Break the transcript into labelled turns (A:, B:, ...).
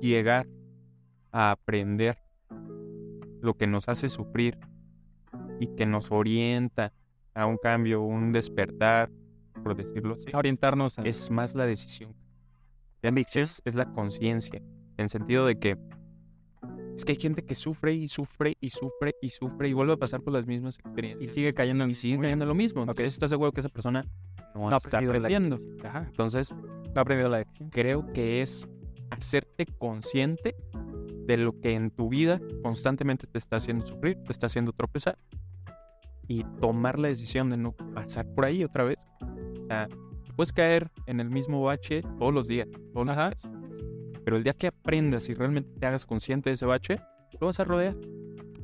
A: llegar a aprender lo que nos hace sufrir y que nos orienta a un cambio, un despertar, por decirlo así,
B: orientarnos a...
A: es más la decisión.
B: Convicción.
A: Es, es la conciencia, en sentido de que es que hay gente que sufre y sufre y sufre y sufre y vuelve a pasar por las mismas experiencias.
B: y sigue cayendo en...
A: y sigue
B: Muy
A: cayendo en lo mismo.
B: Ok.
A: Entonces estás seguro que esa persona no,
B: No ha
A: está
B: aprendido de la
A: aprendiendo.
B: decisión. Ajá,
A: Entonces,
B: no ha aprendido la decisión.
A: creo que es hacerte consciente de lo que en tu vida constantemente te está haciendo sufrir, te está haciendo tropezar y tomar la decisión de no pasar por ahí otra vez. O sea, puedes caer en el mismo bache todos los días, todos los
B: Ajá.
A: días. Pero el día que aprendas y realmente te hagas consciente de ese bache, lo vas a rodear.